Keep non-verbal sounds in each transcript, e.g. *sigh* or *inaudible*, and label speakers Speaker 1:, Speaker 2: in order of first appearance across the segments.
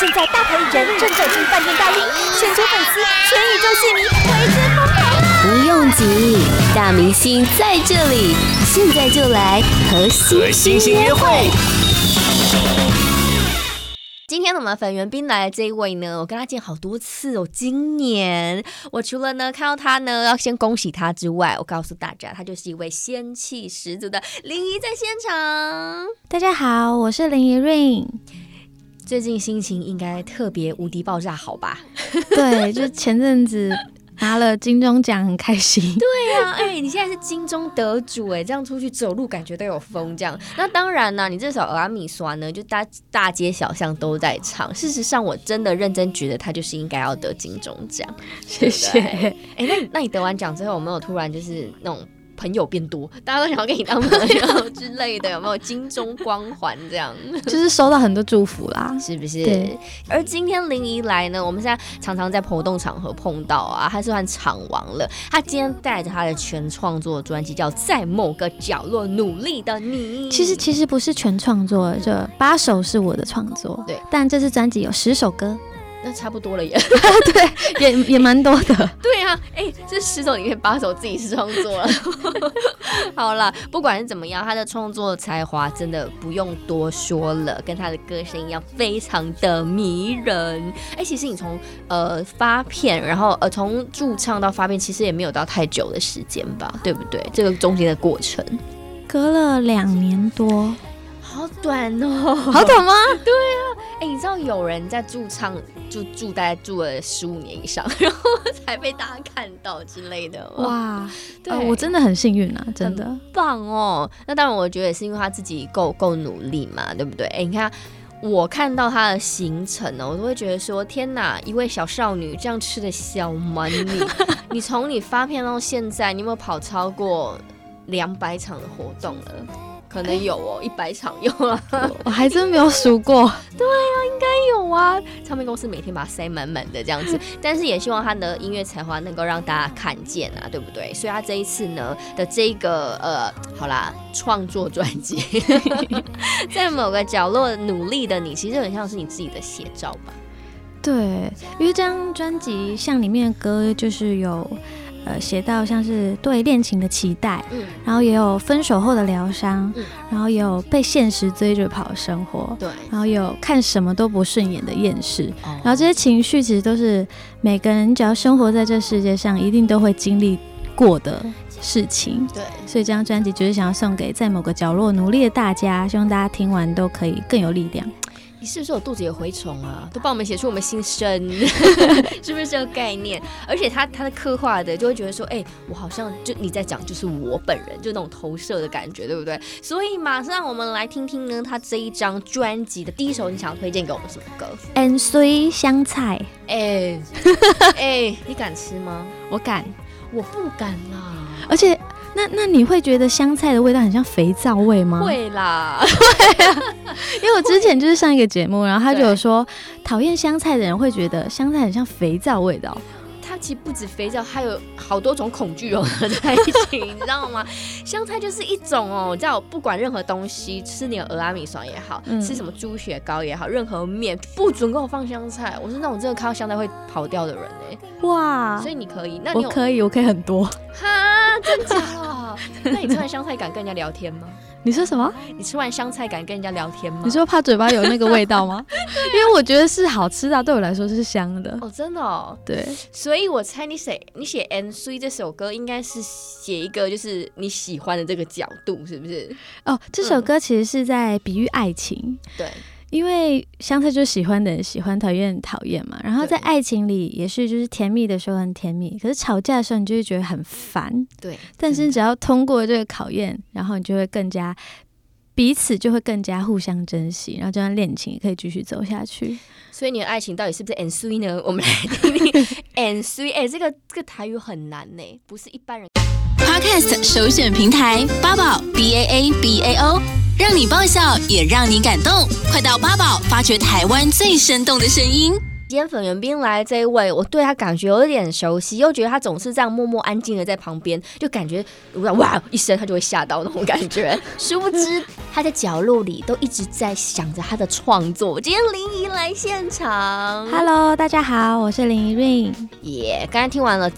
Speaker 1: 现在大牌艺人正走进饭店大厅，全球粉丝、全宇宙戏迷为之疯狂啊！
Speaker 2: 不用急，大明星在这里，现在就来和
Speaker 3: 和
Speaker 2: 星
Speaker 3: 星星约会。
Speaker 2: 今天我们粉圆斌来的这一位呢，我跟他见好多次哦。今年我除了呢看到他呢要先恭喜他之外，我告诉大家，他就是一位仙气十足的林怡在现场。
Speaker 4: 大家好，我是林怡润。
Speaker 2: 最近心情应该特别无敌爆炸好吧？
Speaker 4: 对，就前阵子拿了金钟奖，很开
Speaker 2: *laughs*
Speaker 4: 心。
Speaker 2: *laughs* 对呀、哎、你现在是金钟得主哎，这样出去走路感觉都有风这样。那当然啦，你这首《阿米刷》呢，就大大街小巷都在唱。事实上，我真的认真觉得他就是应该要得金钟奖。
Speaker 4: 谢谢。
Speaker 2: 哎、 *laughs* 那你那你得完奖之后，有没有突然就是那种朋友变多，大家都想要跟你当 *laughs* 朋友之类的？有没有金钟光环这样？
Speaker 4: 就是收到很多祝福啦。
Speaker 2: *laughs* 是不是
Speaker 4: 对？
Speaker 2: 而今天林怡来呢，我们现在常常在活动场合碰到啊，她算场王了。她今天带着她的全创作专辑叫《在某个角落努力的你》，
Speaker 4: 其实其实不是全创作，就八首是我的创作。
Speaker 2: 对，
Speaker 4: 但这次专辑有十首歌，
Speaker 2: 那差不多了耶。
Speaker 4: 也也蛮多
Speaker 2: *laughs*
Speaker 4: 的。
Speaker 2: 对啊，哎、这十首里面八首自己是创作了。 *laughs* 好了，不管是怎么样，他的创作才华真的不用多说了，跟他的歌声一样，非常的迷人。哎、其实你从呃发片，然后呃从驻唱到发片，其实也没有到太久的时间吧，对不对？这个中间的过程
Speaker 4: 隔了两年多，
Speaker 2: 好短哦，
Speaker 4: 好短吗？
Speaker 2: 哎、你知道有人在驻唱就驻大概驻了十五年以上，然后才被大家看到之类的吗？
Speaker 4: 哇，
Speaker 2: 对嗯
Speaker 4: 呃我真的很幸运啊，真的。
Speaker 2: 棒哦！那当然，我觉得也是因为他自己够够努力嘛，对不对？哎，你看我看到他的行程哦呢，我都会觉得说，天哪，一位小少女这样吃得消吗？你你从你发片到现在，你有没有跑超过两百场的活动了？可能有哦，一百场有啊，
Speaker 4: 我还真没有数
Speaker 2: *laughs*
Speaker 4: 过。
Speaker 2: 有啊，唱片公司每天把它塞满满的这 *laughs* 样子，但是也希望他的音乐才华能够让大家看见啊，对不对？所以他这一次呢的这个呃，好啦，创作专辑， *laughs* 在某个角落努力的你，其实很像是你自己的写照吧？
Speaker 4: 对，因为这张专辑像里面的歌就是有，呃，写到像是对恋情的期待，
Speaker 2: 嗯，
Speaker 4: 然后也有分手后的疗伤，
Speaker 2: 嗯
Speaker 4: 然后也有被现实追着跑的生活，
Speaker 2: 对。
Speaker 4: 然后也有看什么都不顺眼的厌世，嗯然后
Speaker 2: 后
Speaker 4: 这些情绪其实都是每个人只要生活在这世界上，一定都会经历过的事情。
Speaker 2: 对，
Speaker 4: 所以这张专辑就是想要送给在某个角落努力的大家，希望大家听完都可以更有力量。
Speaker 2: 你是不是有肚子有蛔虫啊？都帮我们写出我们心 *laughs* 声，是不是这个概念？而且他他的刻画的就会觉得说，哎、我好像就你在讲就是我本人，就那种投射的感觉，对不对？所以马上我们来听听呢，他这一张专辑的第一首，你想要推荐给我们什么歌？
Speaker 4: N C 香菜，
Speaker 2: 哎哎、 *laughs* 你敢吃吗？
Speaker 4: 我敢。
Speaker 2: 我不敢啦，
Speaker 4: 而且，那那你会觉得香菜的味道很像肥皂味吗？，
Speaker 2: 会啦，
Speaker 4: 因为我之前就是上一个节目，然后他就有说，讨厌香菜的人会觉得香菜很像肥皂味道。
Speaker 2: 它其实不止肥皂，还有好多种恐惧融合 *laughs* 在一起，你知道吗？香菜就是一种哦，你知道，不管任何东西，吃你的俄阿米爽也好，
Speaker 4: 嗯
Speaker 2: 吃什么猪血糕也好，任何面不准给我放香菜，我是那种真的看到香菜会跑掉的人哎、
Speaker 4: 哇
Speaker 2: 所以你可以，那
Speaker 4: 啊
Speaker 2: 你
Speaker 4: 我
Speaker 2: 有
Speaker 4: 可以，我可以很多。
Speaker 2: 哈，真假 *laughs* 的？那你吃完香菜敢跟人家聊天吗？
Speaker 4: 你说什么？
Speaker 2: 你吃完香菜敢跟人家聊天吗？
Speaker 4: *laughs* 你说怕嘴巴有那个味道 *laughs* 吗？因为我觉得是好吃的啊，对我来说是香的。
Speaker 2: 哦，真的哦，
Speaker 4: 对，
Speaker 2: 所以我猜你写你写《N C》这首歌应该是写一个就是你喜欢的这个角度，是不是？
Speaker 4: 哦，这首歌其实是在比喻爱情，
Speaker 2: 对。
Speaker 4: 因为香菜就是喜欢的人喜欢，讨厌人讨厌嘛。然后在
Speaker 2: 对
Speaker 4: 爱情里也是，就是甜蜜的时候很甜蜜，可是吵架的时候你就会觉得很烦。
Speaker 2: 对，
Speaker 4: 但是
Speaker 2: 真
Speaker 4: 你
Speaker 2: 的
Speaker 4: 只要通过这个考验，然后你就会更加彼此就会更加互相珍惜，然后这段恋情也可以继续走下去。
Speaker 2: 所以你的爱情到底是不是 ensui 呢？ *laughs* 我们来听听 ensui，哎、这个这个台语很难呢、不是一般人。
Speaker 3: Podcast 首选平台八宝 B A A B A O，让你爆笑也让你感动，快到八宝发掘台湾最生动的声音。
Speaker 2: 今天粉圆兵来这一位，我对他感觉有点熟悉，又觉得他总是这样默默安静的在旁边，就感觉哇哇一声他就会吓到那种感觉。殊不知他在角落里都一直在想着他的创作。今天林怡来现场，
Speaker 4: Hello，大家好，我是林怡韵
Speaker 2: 耶！刚才听完了。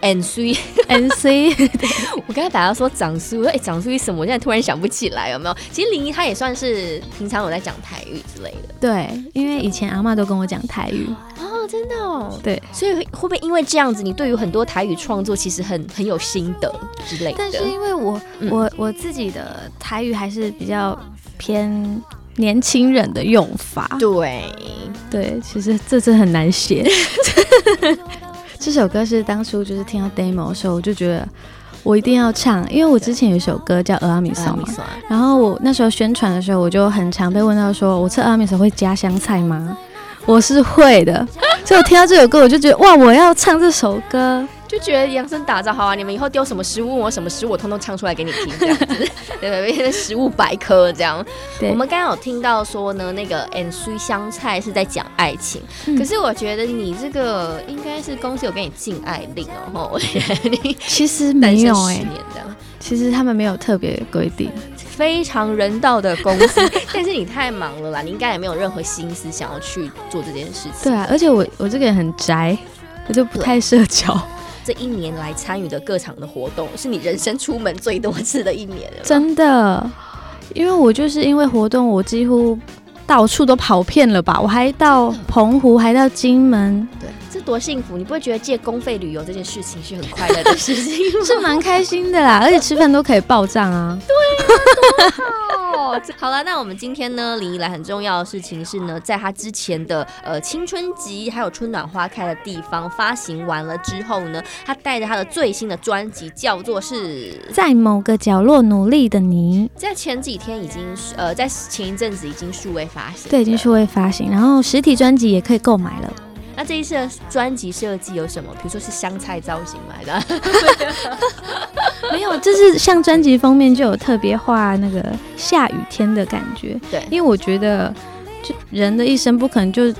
Speaker 2: and three，
Speaker 4: *laughs* ，NC
Speaker 2: 我刚才打算说长苏，哎、长苏什么？我现在突然想不起来，有没有？其实林怡她也算是平常有在讲台语之类的
Speaker 4: 对，因为以前阿嬷都跟我讲台语，
Speaker 2: 哦，真的哦，
Speaker 4: 对，
Speaker 2: 所以会不会因为这样子，你对于很多台语创作其实很很有心得之类的？
Speaker 4: 但是因为我、
Speaker 2: 嗯
Speaker 4: 我我自己的台语还是比较偏年轻人的用法，
Speaker 2: 对，
Speaker 4: 对，其实这次很难写。 *laughs* 这首歌是当初就是听到 demo 的时候，我就觉得我一定要唱，因为我之前有一首歌叫《俄阿米
Speaker 2: 你
Speaker 4: 索》
Speaker 2: 啊算
Speaker 4: 嘛
Speaker 2: 不，算？
Speaker 4: 然后我那时候宣传的时候，我就很常被问到说，我吃阿米手会加香菜吗？ *laughs* 我是会的，所以我听到这首歌，我就觉得哇，我要唱这首歌。
Speaker 2: 就觉得扬声打造好啊！你们以后丢什么食物，问我什么食物，我通通唱出来给你听，这样子， *laughs* 对对对， *laughs* 食物百科这样。
Speaker 4: 对，
Speaker 2: 我们刚刚有听到说呢，那个 N C 香菜是在讲爱情，
Speaker 4: 嗯
Speaker 2: 可是我觉得你这个应该是公司有给你禁爱令哦， *laughs* 吼我觉得你
Speaker 4: 其实
Speaker 2: 单
Speaker 4: 没
Speaker 2: 身
Speaker 4: 有
Speaker 2: 十
Speaker 4: 哎、
Speaker 2: 年这样。
Speaker 4: 其实他们没有特别规定。
Speaker 2: 非常人道的公司， *laughs* 但是你太忙了啦，你应该也没有任何心思想要去做这件事情。
Speaker 4: 对啊，而且我我这个人很宅，我就不太社 *laughs* 交，
Speaker 2: 这一年来参与的各场的活动，是你人生出门最多次的一年了。
Speaker 4: 真的，因为我就是因为活动，我几乎到处都跑遍了吧，我还到澎湖，还到金 *laughs* 门，
Speaker 2: 对，这多幸福！你不会觉得借公费旅游这件事情是很快乐的事情吗？
Speaker 4: 是蛮开心的啦，而且吃饭都可以报账啊。
Speaker 2: 哦，这好了，那我们今天呢，林依兰很重要的事情是呢，在她之前的呃青春集还有春暖花开的地方发行完了之后呢，她带着她的最新的专辑叫做是
Speaker 4: 在某个角落努力的你，
Speaker 2: 在前几天已经呃，在前一阵子已经数位发行，
Speaker 4: 对，已经是。会发行，然后实体专辑也可以购买了。
Speaker 2: 那这一次的专辑设计有什么？比如说是香菜造型嘛， *laughs* 然后
Speaker 4: *laughs* 没有，就是像专辑封面就有特别画那个下雨天的感觉，
Speaker 2: 对
Speaker 4: 因为我觉得就人的一生不可能就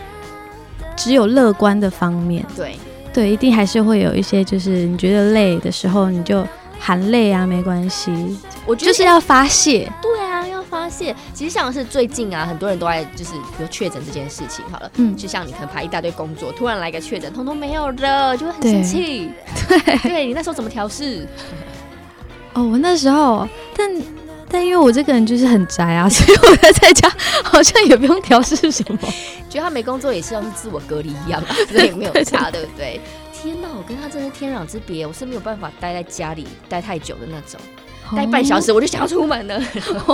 Speaker 4: 只有乐观的方面，
Speaker 2: 对，
Speaker 4: 对，一定还是会有一些就是你觉得累的时候你就。含泪啊，没关系，
Speaker 2: 我觉得
Speaker 4: 就是要发泄。
Speaker 2: 对啊，要发泄。其实像是最近啊，很多人都在就是比如确诊这件事情好了，
Speaker 4: 嗯
Speaker 2: 就像你可能排一大堆工作，突然来个确诊，通通没有了，就会很生气。对，你那时候怎么调试？
Speaker 4: 哦，我那时候，但但因为我这个人就是很宅啊，所以我在在家好像也不用调试什么。
Speaker 2: 觉得他没工作也是像是自我隔离一样吧，所以也没有差，对不对？天哪，我跟他真是天壤之别，我是没有办法待在家里待太久的那种。
Speaker 4: 哦
Speaker 2: 待半小时我就想要出门了， *laughs*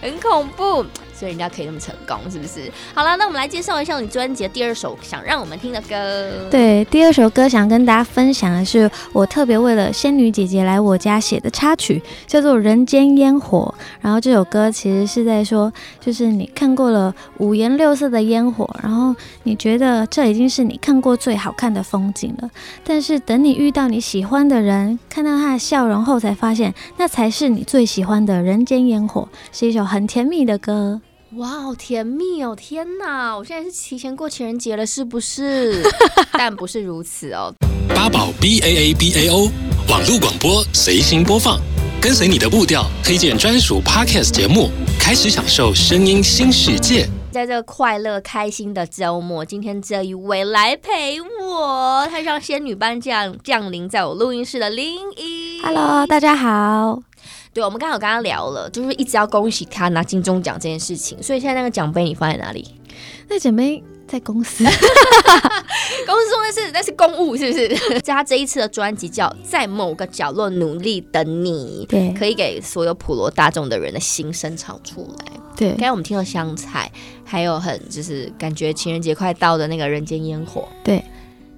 Speaker 2: 很恐怖。所以人家可以那么成功，是不是？好了，那我们来介绍一下你专辑的第二首想让我们听的歌。，
Speaker 4: 对，第二首歌想跟大家分享的是我特别为了仙女姐姐来我家写的插曲，叫做《人间烟火》。然后这首歌其实是在说，就是你看过了五颜六色的烟火，然后你觉得这已经是你看过最好看的风景了。但是等你遇到你喜欢的人，看到他的笑容后，才发现那才是你最喜欢的人间烟火，是一首很甜蜜的歌。
Speaker 2: 哇，好甜蜜哦！天哪，我现在是提前过情人节了，是不是？但不是如此哦。
Speaker 5: 八宝 B A A B A O 网络广播随心播放，跟随你的步调，推荐专属 Podcast 节目，开始享受声音新世界。
Speaker 2: 在这个快乐开心的周末，今天这一位来陪我，他让仙女般降降临在我录音室的林一。
Speaker 4: Hello，大家好。
Speaker 2: 对，我们刚好跟他聊了，就是一直要恭喜他拿金钟奖这件事情。所以现在那个奖杯你放在哪里？
Speaker 4: 那姐妹在公司。
Speaker 2: *laughs* 公司说那是那是公务，是不是？在他这一次的专辑叫《在某个角落努力的你》，
Speaker 4: *laughs* 对
Speaker 2: 可以给所有普罗大众的人的心声唱出来。
Speaker 4: 对
Speaker 2: 刚才我们听了香菜，还有很就是感觉情人节快到的那个人间烟火。
Speaker 4: 对，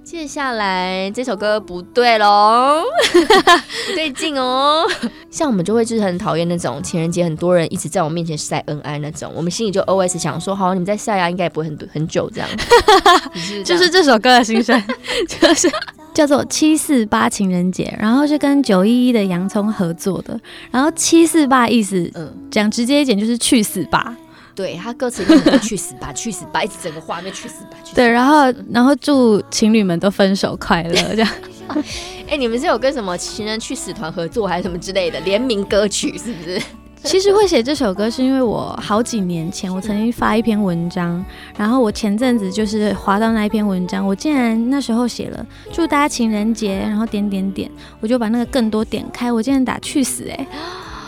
Speaker 2: 接下来这首歌不对喽， *laughs* 不对劲哦。 *laughs* 像我们就会就是很讨厌那种情人节很多人一直在我面前晒恩爱那种，我们心里就 OS 想说，好，你们在晒啊，应该也不会很很久这样。 *laughs* 你是不这
Speaker 4: 就
Speaker 2: 样
Speaker 4: 是这首歌的心 *laughs* 声，就是叫做七四八情人节，然后是跟九一一的洋葱合作的，然后七四八意思
Speaker 2: 嗯。
Speaker 4: 讲直接一点就是去死吧，
Speaker 2: 对他歌词念的去死吧，去死吧，一直整个画面去死吧，去死吧。
Speaker 4: 对，然后然后祝情侣们都分手快乐，这样
Speaker 2: 哎、你们是有跟什么情人去死团合作，还是什么之类的联名歌曲，是不是？
Speaker 4: 其实会写这首歌，是因为我好几年前我曾经发一篇文章，然后我前阵子就是滑到那一篇文章，我竟然那时候写了祝大家情人节，然后点点点，我就把那个更多点开，我竟然打去死哎、
Speaker 2: *gasps* Oh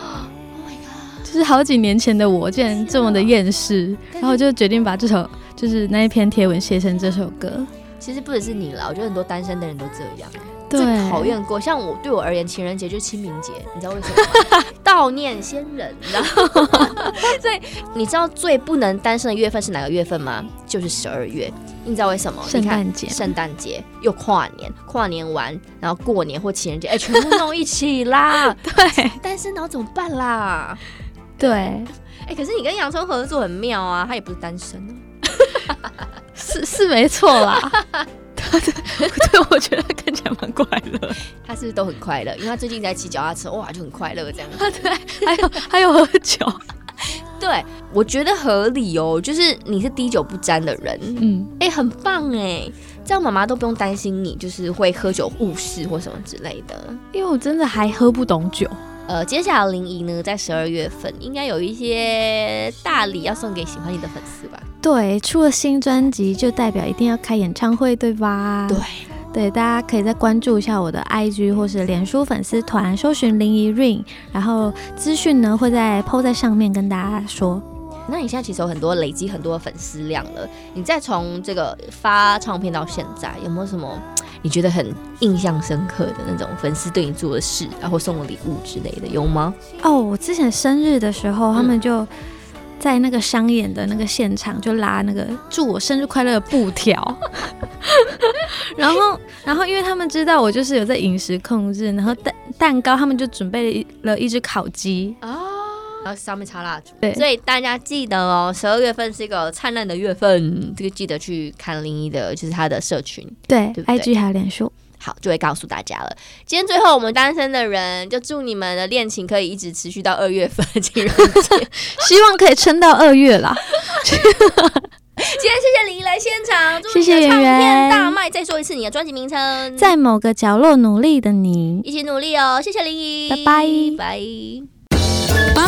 Speaker 4: 就是好几年前的我，竟然这么的厌
Speaker 2: 啊
Speaker 4: 世，然后我就决定把这首就是那一篇贴文写成这首歌。
Speaker 2: 其实不只是你啦，我觉得很多单身的人都这样，欸
Speaker 4: 对，
Speaker 2: 最讨厌过。像我对我而言，情人节就是清明节，你知道为什么
Speaker 4: *laughs*
Speaker 2: 吗？悼念先人，你知道吗？ *laughs* 所以你知道最不能单身的月份是哪个月份吗？就是十二月。你知道为什么？
Speaker 4: 圣
Speaker 2: 你看
Speaker 4: 诞节
Speaker 2: 圣诞节又跨年，跨年完，然后过年或情
Speaker 4: *laughs*
Speaker 2: 人节，哎、全部弄一起啦。
Speaker 4: 对
Speaker 2: 单身然后怎么办啦？
Speaker 4: 对，
Speaker 2: 哎、可是你跟洋葱合作很妙啊，他也不是单身啊。
Speaker 4: 是是没错
Speaker 2: *laughs*
Speaker 4: 啦。对对，我觉得看起来蛮快乐。
Speaker 2: 他是不是都很快乐？因为他最近在骑脚踏车，哇，就很快乐这样。
Speaker 4: 还有还有喝酒，
Speaker 2: 对，我觉得合理哦，就是你是滴酒不沾的人，
Speaker 4: 嗯，
Speaker 2: 哎、很棒哎，这样妈妈都不用担心你就是会喝酒误事或什么之类的。
Speaker 4: 因为我真的还喝不懂酒。
Speaker 2: 呃，接下来林怡呢，在十二月份应该有一些大礼要送给喜欢你的粉丝吧？
Speaker 4: 对，出了新专辑就代表一定要开演唱会，对吧？
Speaker 2: 对
Speaker 4: 对，大家可以再关注一下我的 IG 或是脸书粉丝团，搜寻林怡 Rain，然后资讯呢会在 PO 在上面跟大家说。
Speaker 2: 那你现在其实有很多累积很多粉丝量了，你再从这个发唱片到现在，有没有什么你觉得很印象深刻的那种粉丝对你做的事，然后送的礼物之类的，有吗？
Speaker 4: 哦，我之前生日的时候，他
Speaker 2: 嗯
Speaker 4: 们就在那个商演的那个现场就拉那个祝我生日快乐的布条， *laughs* 然后然后因为他们知道我就是有在饮食控制，然后蛋蛋糕他们就准备了一只烤鸡，
Speaker 2: 然后上面插蜡烛，
Speaker 4: 哦对
Speaker 2: 所以大家记得哦，十二月份是一个灿烂的月份，这个记得去看林一的，就是他的社群，
Speaker 4: 对
Speaker 2: 对不对
Speaker 4: i g 还有脸书，
Speaker 2: 好，就会告诉大家了。今天最后，我们单身的人就祝你们的恋情可以一直持续到二月份 *laughs*
Speaker 4: *laughs*
Speaker 2: 情人节。
Speaker 4: 希望可以撑到二月啦。
Speaker 2: 今天谢谢林一来现场，祝你
Speaker 4: 谢谢
Speaker 2: 的唱
Speaker 4: 圆
Speaker 2: 片
Speaker 4: 圆
Speaker 2: 大卖。再说一次你的专辑名称，
Speaker 4: 在某个角落努力的你，
Speaker 2: 一起努力哦。谢谢林一，
Speaker 4: 拜拜
Speaker 2: 拜。
Speaker 3: 八